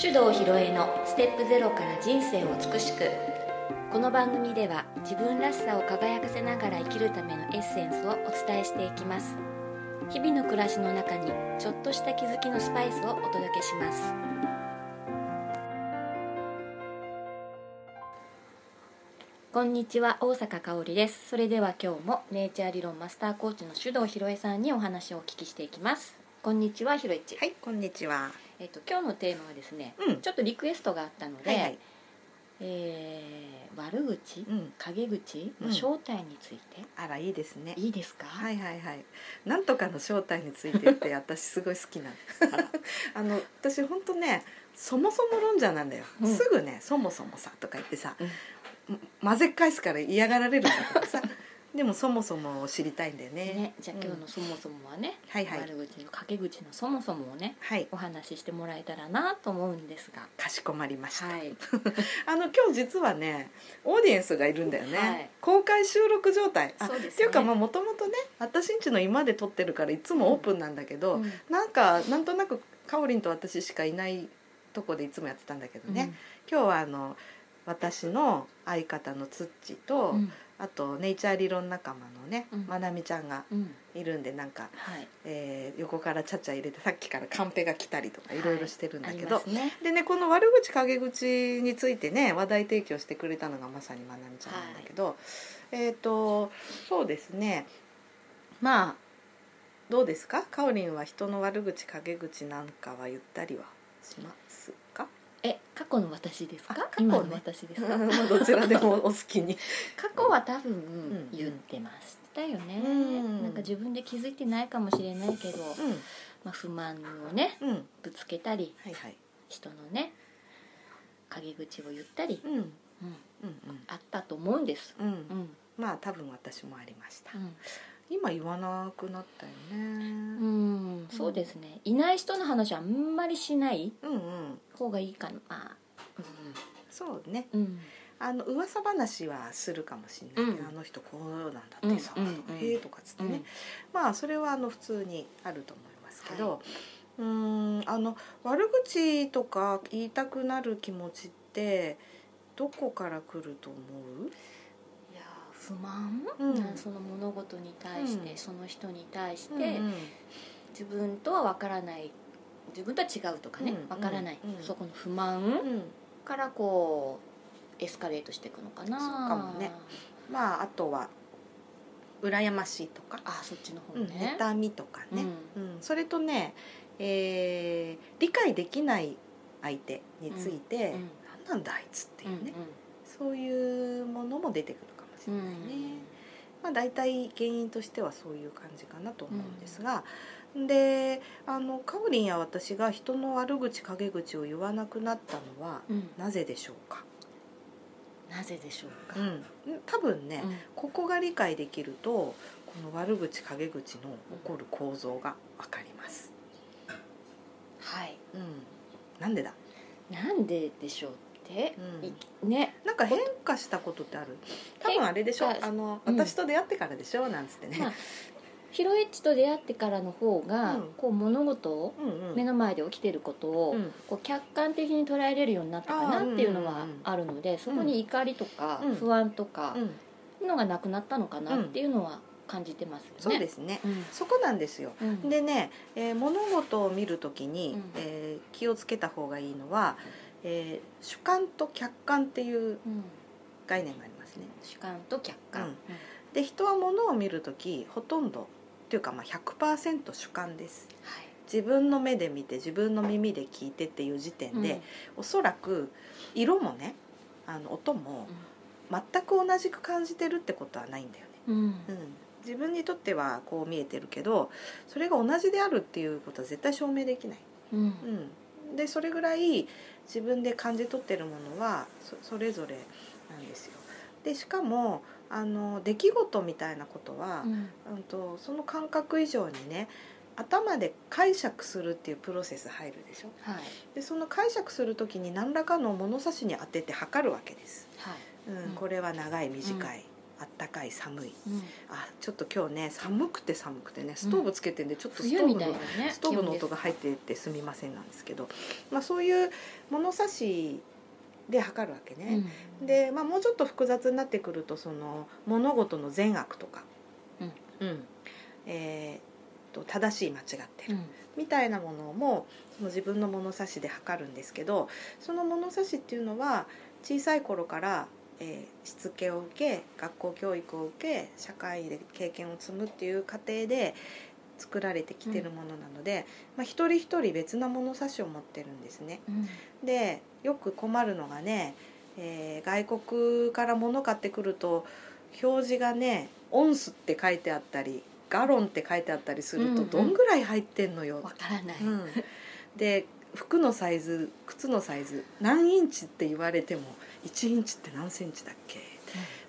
手動ひろえのステップゼロから人生を美しくこの番組では自分らしさを輝かせながら生きるためのエッセンスをお伝えしていきます日々の暮らしの中にちょっとした気づきのスパイスをお届けしますこんにちは大阪香織ですそれでは今日もネイチャー理論マスターコーチの手動ひろえさんにお話をお聞きしていきますこんにちはひろえちはい、こんにちは。えっと、今日のテーマはですね、うんちょっとリクエストがあったので、はいはい。えー悪口、うん。陰口うのん正体について、あら、いいですね。いいですか、はいはいはい。なんとかの正体についてっ て私すごい好きなの。あの私本当ね、そもそも論者なんだよ。うんすぐね、そもそもさとか言ってさ、混ぜ返すから嫌がられるんだけどさ。でもそもそもを知りたいんだよね。ね、じゃあ今日うのんそもそもはね、はいはい悪口の陰口のそもそもをねはい。お話ししてもらえたらなと思うんですが、かしこまりました。はい、あの今日実はね、オーディエンスがいるんだよね。はい公開収録状態。あそうですねっていうかまあもともとね、私んちの今で撮ってるからいつもオープンなんだけど。うんなんかなんとなくかおりんと私しかいないとこでいつもやってたんだけどね、今日はあの私の相方のツッチと、うんあとネイチャー理論仲間のね、うんまなみちゃんがうんいるんでなんか、はい、えー横からちゃちゃ入れてさっきからカンペが来たりとかいろいろしてるんだけど、ありますねでねこの悪口陰口についてね話題提供してくれたのがまさにまなみちゃんなんだけど、えっ、とそうですねまあどうですかかおりんは人の悪口陰口なんかは言ったりはしますか え過去の私ですかあ過去ね今の私ですまかあどちらでもお好きに過去は多ん分言ってましたよね、うんなんか自分で気づいてないかもしれないけど、うまあ、不満をね んうんぶつけたりはいはい人のね陰口を言ったりう、んううんんうんあったと思うんです、うん、うんまあ多分私もありましたうん今言わなくなったようねんそうですねいない人の話はあんまりしないうんうん方がいいかなまあそうねうんうんあの噂話はするかもしれないけうど、んあの人こうなんだってさ、うんうんうんへえとかっつってうんね、まあそれはあの普通にあると思いますけど、はうーんあの悪口とか言いたくなる気持ちってどこから来ると思いや不満、うんなその物事に対して、うんその人に対しう、て、うん自分とは分からない自分とは違うとかね、うん分からない、うんそこの不満うんからこうエスカレートしていくのかなそうかもねまああとは羨ましいとか、あそっちの方うん、ね、妬みとかね、ううん、それとね、えー理解できない相手について、うん何なんだあいつっていううね、んそういうものも出てくるかもしれないね、まあ、大体原因としてはそういう感じかなと思うんですが、であのかおりんや私が人の悪口陰口を言わなくなったのはうんうんなぜでしょうか、なぜでしょうか、うん、多分ね、うんここが理解できるとこの悪口陰口の起こる構造が分かります。はいうん、なんでだ、なんででしょうってう、いんねなんか変化したことってある多分あれでしょ変化あの、うん私と出会ってからでしょなんつってね、まあヒロエッチと出会ってからの方が、うんこう物事をうんうん目の前で起きてることを、うんこう客観的に捉えれるようになったかなっていうのあーうはんうんうんあるので、そこに怒りとかうん不安とかうんのがなくなったのかなっていうのは感じてますよね。そうですね。うんそこなんですよ。うんでね、えー物事を見るときに、うんえー気をつけた方がいいのは、えー主観と客観っていううん概念がありますね。主観と客観、で人は物を見るときほとんどっていうかまあ100%主観です。自分の目で見て自分の耳で聞いてっていう時う点んはいで、おそらく色もねあの音も全く同じく感じてるってことはないんだよね。うんうんうん、自分にとってはこう見えてるけどそれが同じであるっていうことは絶対証明できない、うんうん、でそれぐらい自分で感じ取ってるものはそそれぞれなんですよでしかもあの出来事みたいなことは、うんうん、とその感覚以上にね頭で解釈するっていうプロセス入るでしょはいでその解釈する時に何らかの物差しに当てて測るわけです、はいううんんこれは長い短い、あったかい寒いうんあちょっと今日ね寒くて寒くてねストーブつけてんで、ちょっとスト冬ーブみたいのなねストーブの気温音でが入っててすみませんなんですけど、まあ、そういう物差しで測るわけね、すで、まあ、もうちょっと複雑になってくるとその物事の善悪とか、うんえーと正しい間違ってうるんみたいなものもその自分の物差しで測るんですけどその物差しっていうのは小さい頃から、えーしつけを受け学校教育を受け社会で経験を積むっていう過程で作られてきてるものなので、まあ、一人一人別な物差しを持ってるんですね。うんでよく困るのがね、えー外国から物買ってくると表示がね「オンス」って書いてあったり「ガロン」って書いてあったりするうんうとんどんぐらい入ってんのよわからない、うん で服のサイズ靴のサイズ何インチって言われても1インチって何センチだっけ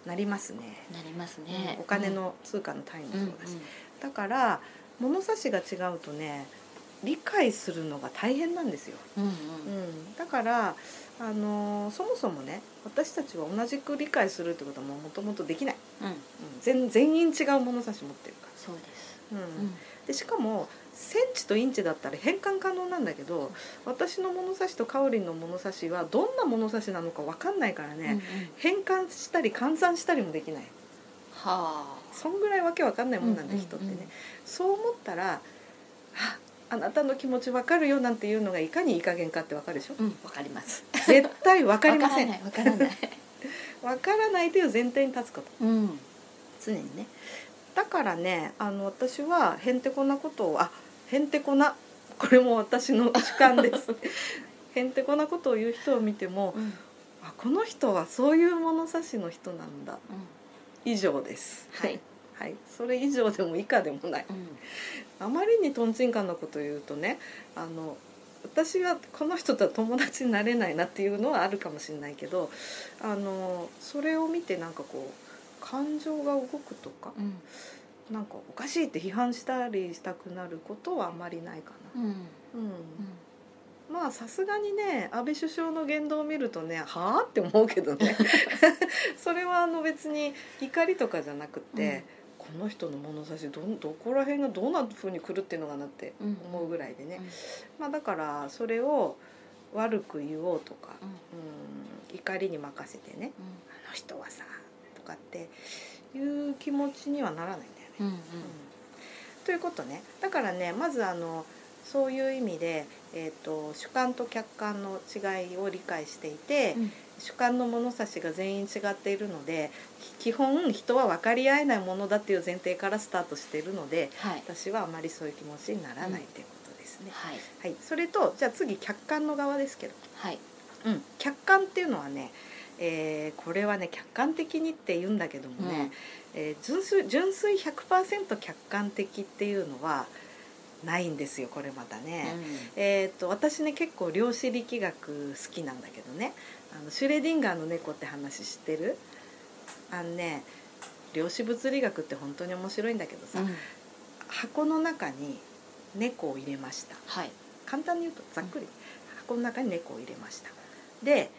なりますね、なりますね、お金の通貨の単位もうん、そうだし、だから物差しが違うとね理解するのが大変なんですよ、うんうんううんん、だから、あのーそもそもね私たちは同じく理解するってことはもともとできない、うんうん、全全員違う物差し持ってるかそうです、ら、ううんでしかもセンチとインチだったら変換可能なんだけど私の物差しとかおりんの物差しはどんな物差しなのか分かんないからうんうんね、変換したり換算したりもできないはあそんぐらいわけ分かんないもんなんでうん人ってね、うんうんそう思ったらあ「あなたの気持ち分かるよ」なんていうのがいかにいい加減かって分かるでしょうんわかります絶対分かりません わからないわからない、分からないと いう前提に立つことうん常にねだからねあの私はへんてこなことをあへんてこなこれも私の主観です へんてこなことを言う人を見てもうんあこの人はそういう物差しの人なんだ以上ですはい、はい、それ以上でも以下でもないうんあまりにとんちんかんなことを言うとねあの私はこの人とは友達になれないなっていうのはあるかもしれないけどあのそれを見てなんかこう感情が動くとかうんなんかおかしいって批判したりしたくなることはあまりないかうんうんな、うん、まあさすがにね安倍首相の言動を見るとねはあって思うけど ねそれはあの別に怒りとかじゃなくて、この人の物差しどんどこら辺がどんな風に狂ってんのかなって思うぐらいでね、うんうんまあ、だからそれを悪く言おうとか、うんうん、怒りに任せてねあの人はさとかっていう気持ちにはならないんだよね。うんうんということねだからねまずあのそういう意味で、えー、と主観と客観の違いを理解していて、うん主観の物差しが全員違っているのでき基本人は分かり合えないものだっていう前提からスタートしているのではい私はあまりそういう気持ちにならないってことですね。はいはい、それとじゃあ次客観の側ですけど、はいうん、客観っていうのはね、えーこれはね客観的にって言うんだけどもね、えー純粋純粋100%客観的っていうのはないんですよこれまたうんね、えーっと私ね結構量子力学好きなんだけどねあのシュレディンガーの猫って話知ってるあのね量子物理学って本当に面白いんだけどさ、うん箱の中に猫を入れましたはい簡単に言うとざっくり、箱の中に猫を入れましたで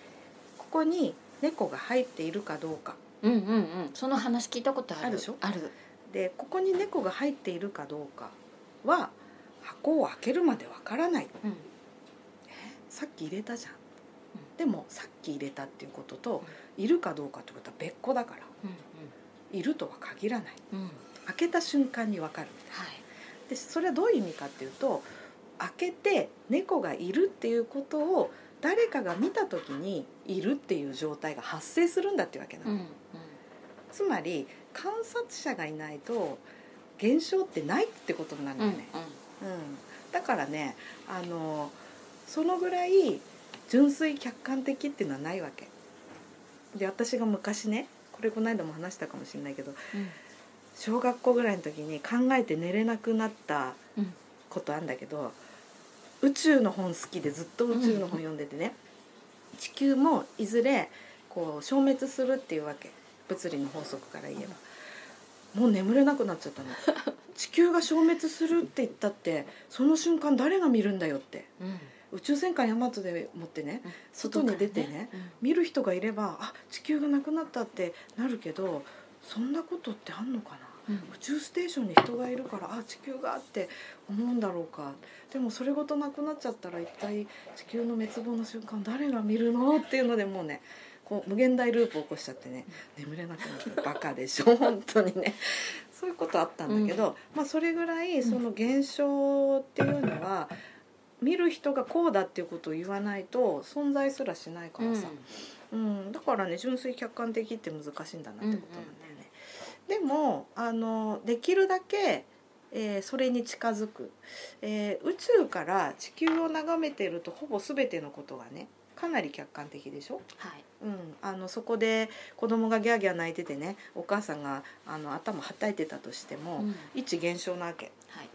ここに猫が入っているかどうかうんうんうんその話聞いたことあるあるでしょあるでここに猫が入っているかどうかは箱を開けるまでわからないうんさっき入れたじゃんでもさっき入れたっていうことといるかどうかってことは別個だからうんいるとは限らないうんうん開けた瞬間にわかるはいでそれはどういう意味かっていうと開けて猫がいるっていうことを誰かが見た時にいるっていう状態が発生するんだっていうわけなうの、んうんつまり観察者がいないと現象ってないってことになるんだうんうよんね、うん、だからねあのそのぐらい純粋客観的っていうのはないわけで私が昔ねこれこの間も話したかもしれないけど小学校ぐらいの時に考えて寝れなくなったうんことあんだけど宇宙の本好きでずっと宇宙の本読んでてね、地球もいずれこう消滅するっていうわけ物理の法則から言えば、もう眠れなくなっちゃったの地球が消滅するって言ったってその瞬間誰が見るんだよってうん宇宙戦艦ヤマトでもってねうん外に出てね見る人がいればあ地球がなくなったってなるけどそんなことってあんのかなうん宇宙ステーションに人がいるからあ地球がって思うんだろうかでもそれごとなくなっちゃったら一体地球の滅亡の瞬間誰が見るのっていうのでもうねこう無限大ループを起こしちゃってね眠れなくなってバカでしょ 本当にねそういうことあったんだけど、まあ、それぐらいその現象っていうのは見る人がこうだっていうことを言わないと存在すらしないからさ、うん、だからね純粋客観的って難しいんだなってことなんだよね。でもあのできるだけ、えーそれに近づく、えー宇宙から地球を眺めてるとほぼ全てのことがねかなり客観的でしょ、はいうん、あのそこで子供がギャーギャー泣いててねお母さんがあの頭はたいてたとしても、うん一現象なわけはい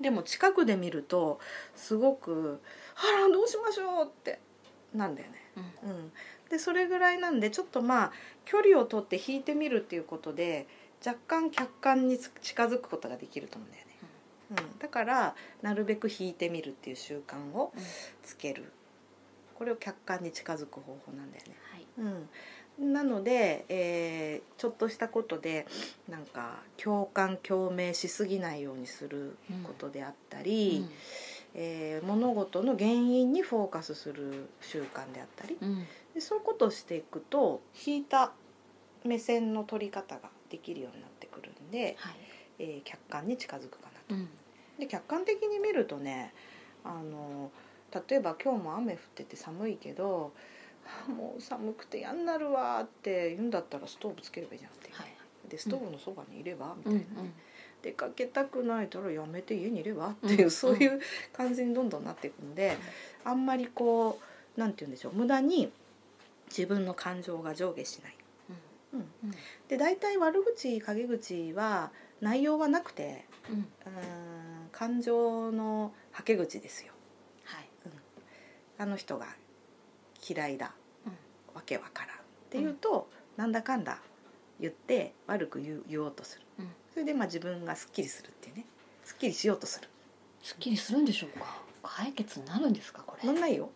でも近くで見るとすごく「あらどうしましょう」ってなんだよね。うんうん、でそれぐらいなんでちょっとまあ距離を取って引いてみるっていうことで若干客観につ近づくことができると思うんだよね、うん、だからなるべく引いてみるっていう習慣をうんつけるこれを客観に近づく方法なんだよね、はいうん、なので、えーちょっとしたことでなんか共感共鳴しすぎないようにすることであったり、えー物事の原因にフォーカスする習慣であったりうんうんでそういうことをしていくと引いた目線の取り方ができるようになってくるんで、はいえー客観に近づくかなと。うんで客観的に見るとねあの例えば今日も雨降ってて寒いけどあーもう寒くて嫌になるわーって言うんだったらストーブつければいいじゃんっていうね、はいでストーブのそばにいればみたういんなうね、ん出かけたくないたらやめて家にいればっていう、うんそういう感じにどんどんなっていくので、あんまりこうなんて言うんでしょう無駄に自分の感情が上下しない。うん、うんで大体悪口陰口は内容はなくてうんうーん感情のはけ口ですよはいあの人が嫌いだうんわけわからんっていうと、なんだかんだ言って悪く言う言おうとする、うんそれでまあ自分がすっきりするっていうねすっきりしようとするすっきりするんでしょうか解決になるんですかこれなんない よ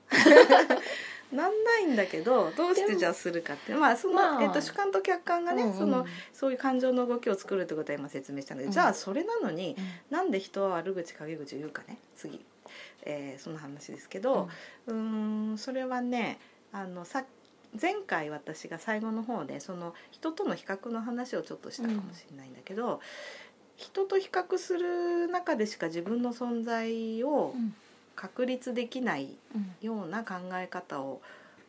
なんないんだけどどうしでてもじゃあするかってまあその、まあえっと、主観と客観がね、うんうんそのそういう感情の動きを作るってことは今説明したんだけど、うんじゃあそれなのにうんなんで人は悪口陰口を言うかね次、えーその話ですけど、うーんそれはねあのさ前回私が最後の方でその人との比較の話をちょっとしたかもしれないんだけど、人と比較する中でしか自分の存在をうん確立できないうんような考え方を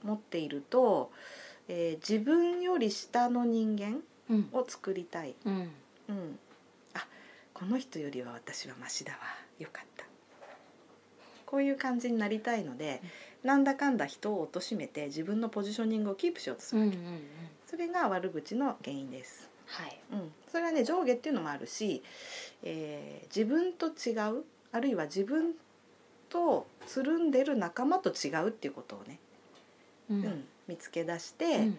持っていると、えー自分より下の人間うんを作りたい、うんうん、あこの人よりは私はマシだわよかったこういう感じになりたいので、なんだかんだ人を貶めて自分のポジショニングをキープしようとすうる、んうんうんそれが悪口の原因です、はいうん、それはね上下っていうのもあるし、えー自分と違うあるいは自分とつるんでる仲間と違うっていうことをね、ううんんうん見つけ出して、うん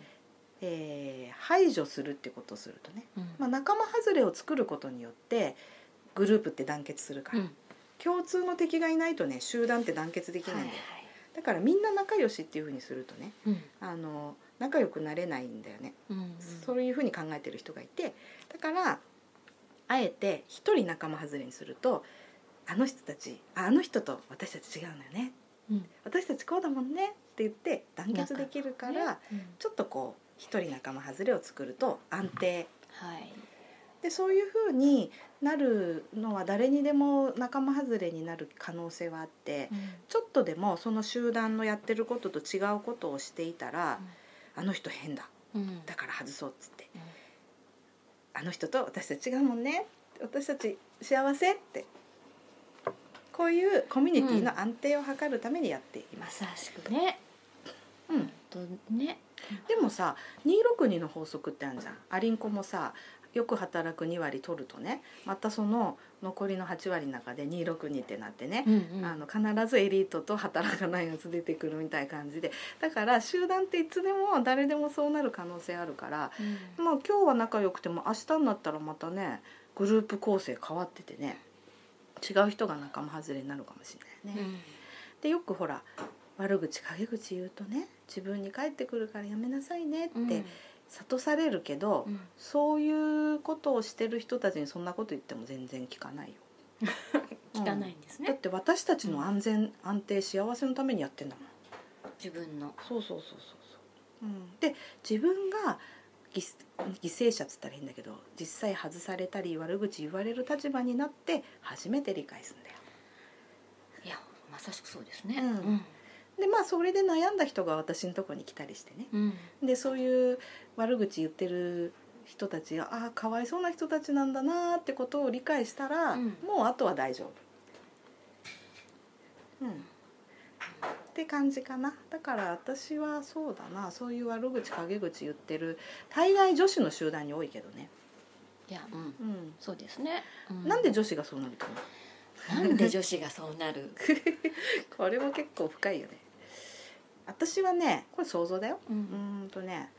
えー排除するっていうことをするとねまあ、仲間外れを作ることによってグループって団結するかうら、ん共通の敵がいないとね集団って団結できないんはだいよ、はいだからみんな仲良しっていうふうにするとねうんあの仲良くなれないんだよね、うんそういうふうに考えてる人がいてだからあえて一人仲間外れにするとあの人たちああの人と私たち違うのよねうん私たちこうだもんねって言って団結できるから、うんちょっとこう一人仲間外れを作ると安定はいでそういうふうになるのは誰にでも仲間外れになる可能性はあって、うんちょっとでもその集団のやってることと違うことをしていたら、あの人変だうんだから外そうっつってあの人と私たち違うもんね私たち幸せってこういうコミュニティの安定を図るためにやっていまます。さしくねうんとねでもさ262の法則ってあるじゃんアリンコもさよく働く2割取るとねまたその残りの8割の中で262ってなってね、うんうんあの必ずエリートと働かないやつ出てくるみたいな感じでだから集団っていつでも誰でもそうなる可能性あるからうんまあ今日は仲良くても明日になったらまたねグループ構成変わっててね違う人が仲間外れになるかもしれないね。でよくほら悪口陰口言うとね自分に返ってくるからやめなさいねってうんうん諭されるけど、うんそういうことをしてる人たちにそんなこと言っても全然聞か ないよ聞かないんですだね、って私たちの安全、安定幸せのためにやってんだもん自分のそうそうそうそうそう、うん、で自分が犠犠牲者っつったらいいんだけど実際外されたり悪口言われる立場になって初めて理解するんだよいやまさしくそうですねうんでまあそれで悩んだ人が私のとこに来たりしてねうん、うんでそういう悪口言ってる人たちがああかわいそうな人たちなんだなーってことを理解したら、うんもうあとは大丈夫。うんって感じかなだから私はそうだなそういう悪口陰口言ってる大概女子の集団に多いけどね、いやうんうんそうですね、うなんで女子がそうなると思う なんで女子がそうなる、これも結構深いよね私はねこれ想像だよううんーんとね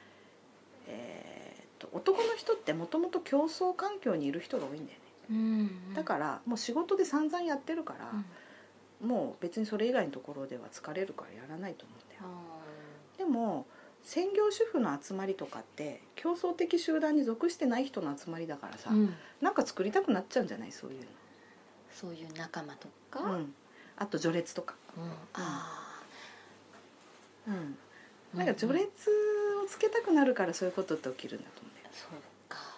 えーっと男の人ってもともと競争環境にいる人が多いんだよねうん、だからもう仕事で散々やってるからう、んもう別にそれ以外のところでは疲れるからやらないと思うんだよあでも専業主婦の集まりとかって競争的集団に属してない人の集まりだからさ、ーうんなんか作りたくなっちゃうんじゃないそういうそういう仲間とか、の、うん、あと序列とか、うんあうん、ーなんか序列をつけたくなるからそういうことって起きるんだと思うんだよそうか、うん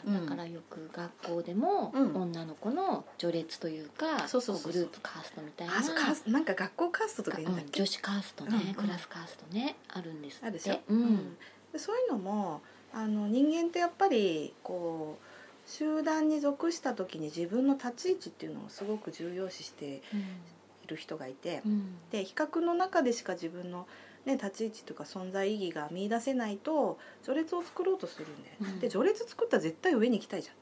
だからよく学校でも、うん女の子の序列というかそうそうそうそうグループカーストみたいなあそうカースなんか学校カーストとか言うんだっうんけ女子カーストね、うんうんクラスカーストねあるんですってあるでしょ、うんでそういうのもあの人間ってやっぱりこう集団に属した時に自分の立ち位置っていうのをすごく重要視している人がいて、うんで比較の中でしか自分の、ね、立ち位置とか存在意義が見出せないと序列を作ろうとするんだようね、んで序列作ったら絶対上に行きたいじゃん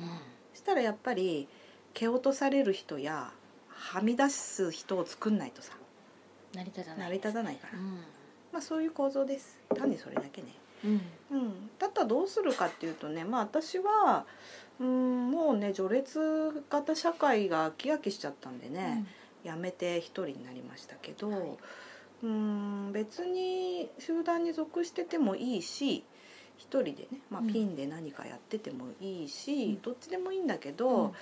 うしたらやっぱり蹴落とされる人やはみ出す人を作んないとさん、成り立たない成り立たないから、うんまあ、そういう構造です単にそれだけねうんうん、だったらどうするかっていうとね、まあ、私はうんもうね序列型社会が飽き飽きしちゃったんでね、やめて一人になりましたけど、はいうん別に集団に属しててもいいし一人でね、まあ、うんピンで何かやっててもいいし、うんどっちでもいいんだけうんど、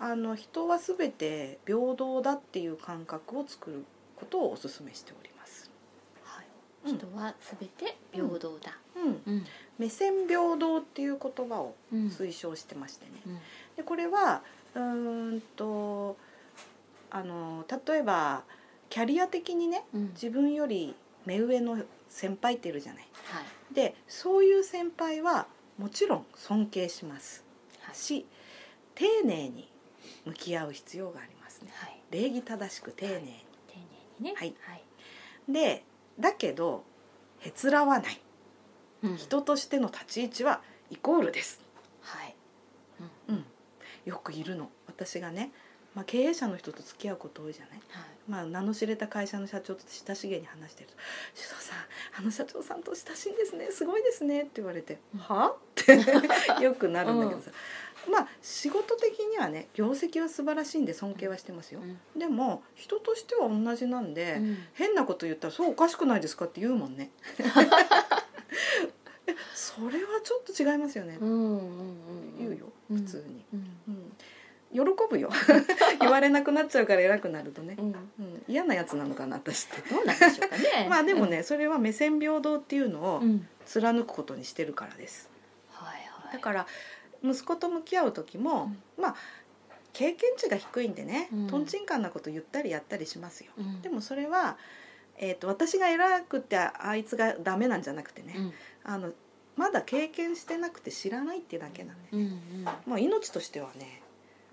あの人は全て平等だっていう感覚を作ることをお勧めしております。はいうん人は全て平等だ、うん、うん目線平等っていう言葉をうん推奨してましてね、うんでこれはうーんとあの例えばキャリア的にねうん自分より目上の先輩っているじゃない。はいでそういう先輩はもちろん尊敬しますはいし丁寧に向き合う必要がありますね。はい礼儀正しく丁寧に。丁寧にねはいはいでだけどへつらわないうん、人としての立ち位置はイコールです。はいうん、よくいるの私がね、まあ、経営者の人と付き合うこと多いじゃない。はいまあ、名の知れた会社の社長と親しげに話してると「首藤さんあの社長さんと親しいんですねすごいですね」って言われて「うんは?」 ってよくなるんだけどさ、まあ仕事的にはね業績は素晴らしいんで尊敬はしてますよ、うんでも人としては同じなんで、変なこと言ったら「そうおかしくないですか?」って言うもん ね。 えそれはちょっと違いますよね、うんうんうん言うよ普通に、うんうん、喜 ぶよ言われなくなっちゃうから偉くなるとねうんうん、嫌なやつなのかな私ってどうなんでしょうかね まあでもねそれは目線平等っていうのをうん貫くことにしてるからですはいはいだから息子と向き合う時も、まあ経験値が低いんでね、うんとんちんかんなこと言ったりやったりしますようんでもそれは、えー、と私が偉くてあいつがダメなんじゃなくてね、うんあのまだ経験してなくて知らないってだけなんで、うんうんまあ命としてはね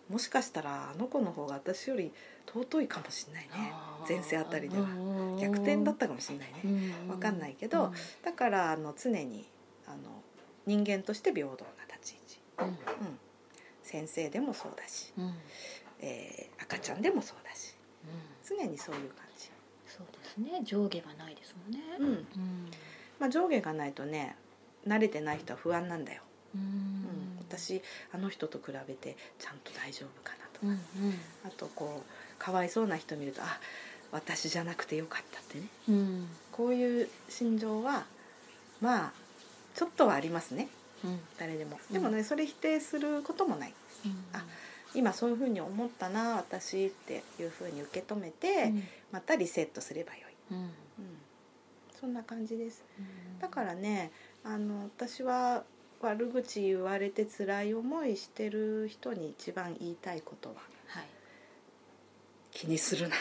もしかしたらあの子の方が私より尊いかもしれないね前世あたりではは逆転だったかもしれないね、わかんないけどだからあの常にあの人間として平等な立ちうんうん位置、うん、先生でもそうだし、うんうんえー赤ちゃんでもそうだし常にそういう感じ、そうですね上下はないですもんねうんうんまあ、上下がないとね慣れてない人は不安なんだよ、ううんん私あの人と比べてちゃんと大丈夫かなとうか、んうんあとこうかわいそうな人見るとあ私じゃなくてよかったってねうんこういう心情はまあちょっとはありますねうん誰でもうんでもねそれ否定することもないあ今そういうふうに思ったな私っていうふうに受け止めて、またリセットすればよい、うんうん、そんな感じですうんだからねあの私は悪口言われて辛い思いしてる人に一番言いたいことははい気にする な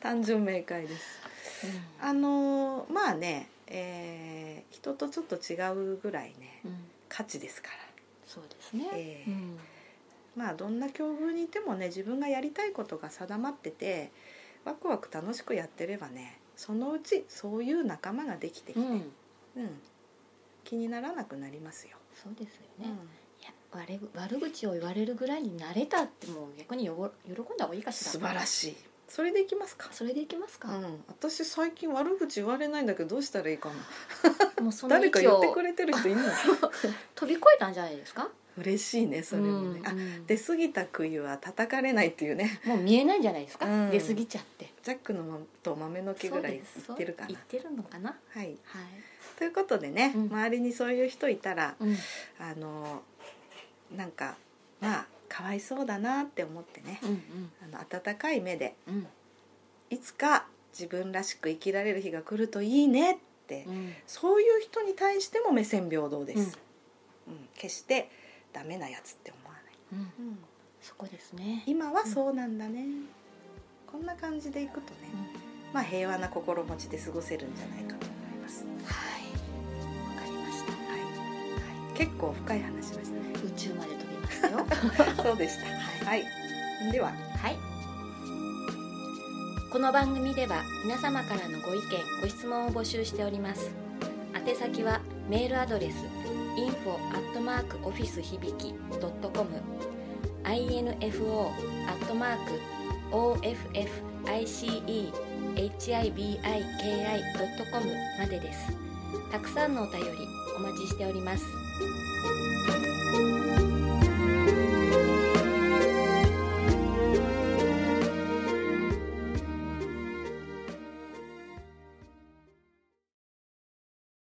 単純明快ですあのまあね、えー人とちょっと違うぐらいねうん価値ですかそうですねら、えうーんまあどんな境遇にいてもね自分がやりたいことが定まっててワクワク楽しくやってればねそのうちそういう仲間ができてきて、うんうん気にならなくなりますよ。そうですよねいや悪ぐ悪口を言われるぐらいに慣れたってもう逆によご喜んだ方がいいかしら素晴らしいそれでいきますか、それでいきますうか、ん、私最近悪口言われないんだけどどうしたらいいかなもうその誰か域言ってをくれてる人いるの飛び越えたんじゃないですか嬉しいねそれもね、うんあうん出過ぎた杭は叩かれないっていうね もう見えないんじゃないですか、うん出過ぎちゃってジャックのまと豆の木ぐらいそうです言ってるかそうな言ってるのかなはいはということでね、うん周りにそういう人いたらい、うんあのなんかまあかわいそうだなって思ってねうんあの温かい目でうんいつか自分らしく生きられる日が来るといいねって、うんそういう人に対しても目線平等です、うん決してダメなやつって思わない、うんそこですね、今はそうなんだね、こんな感じでいくとね、まあ平和な心持ちで過ごせるんじゃないかと思います、はいわかりましたはいはい、結構深い話しまし宇宙まで飛びましたよは たそうでしたいはいでははい。この番組では皆様からのご意見、ご質問を募集しております。宛先はメールアドレス info アットマークオフィス響きドットコム、info アットマーク office hibiki ドットコムまでです。たくさんのお便りお待ちしております。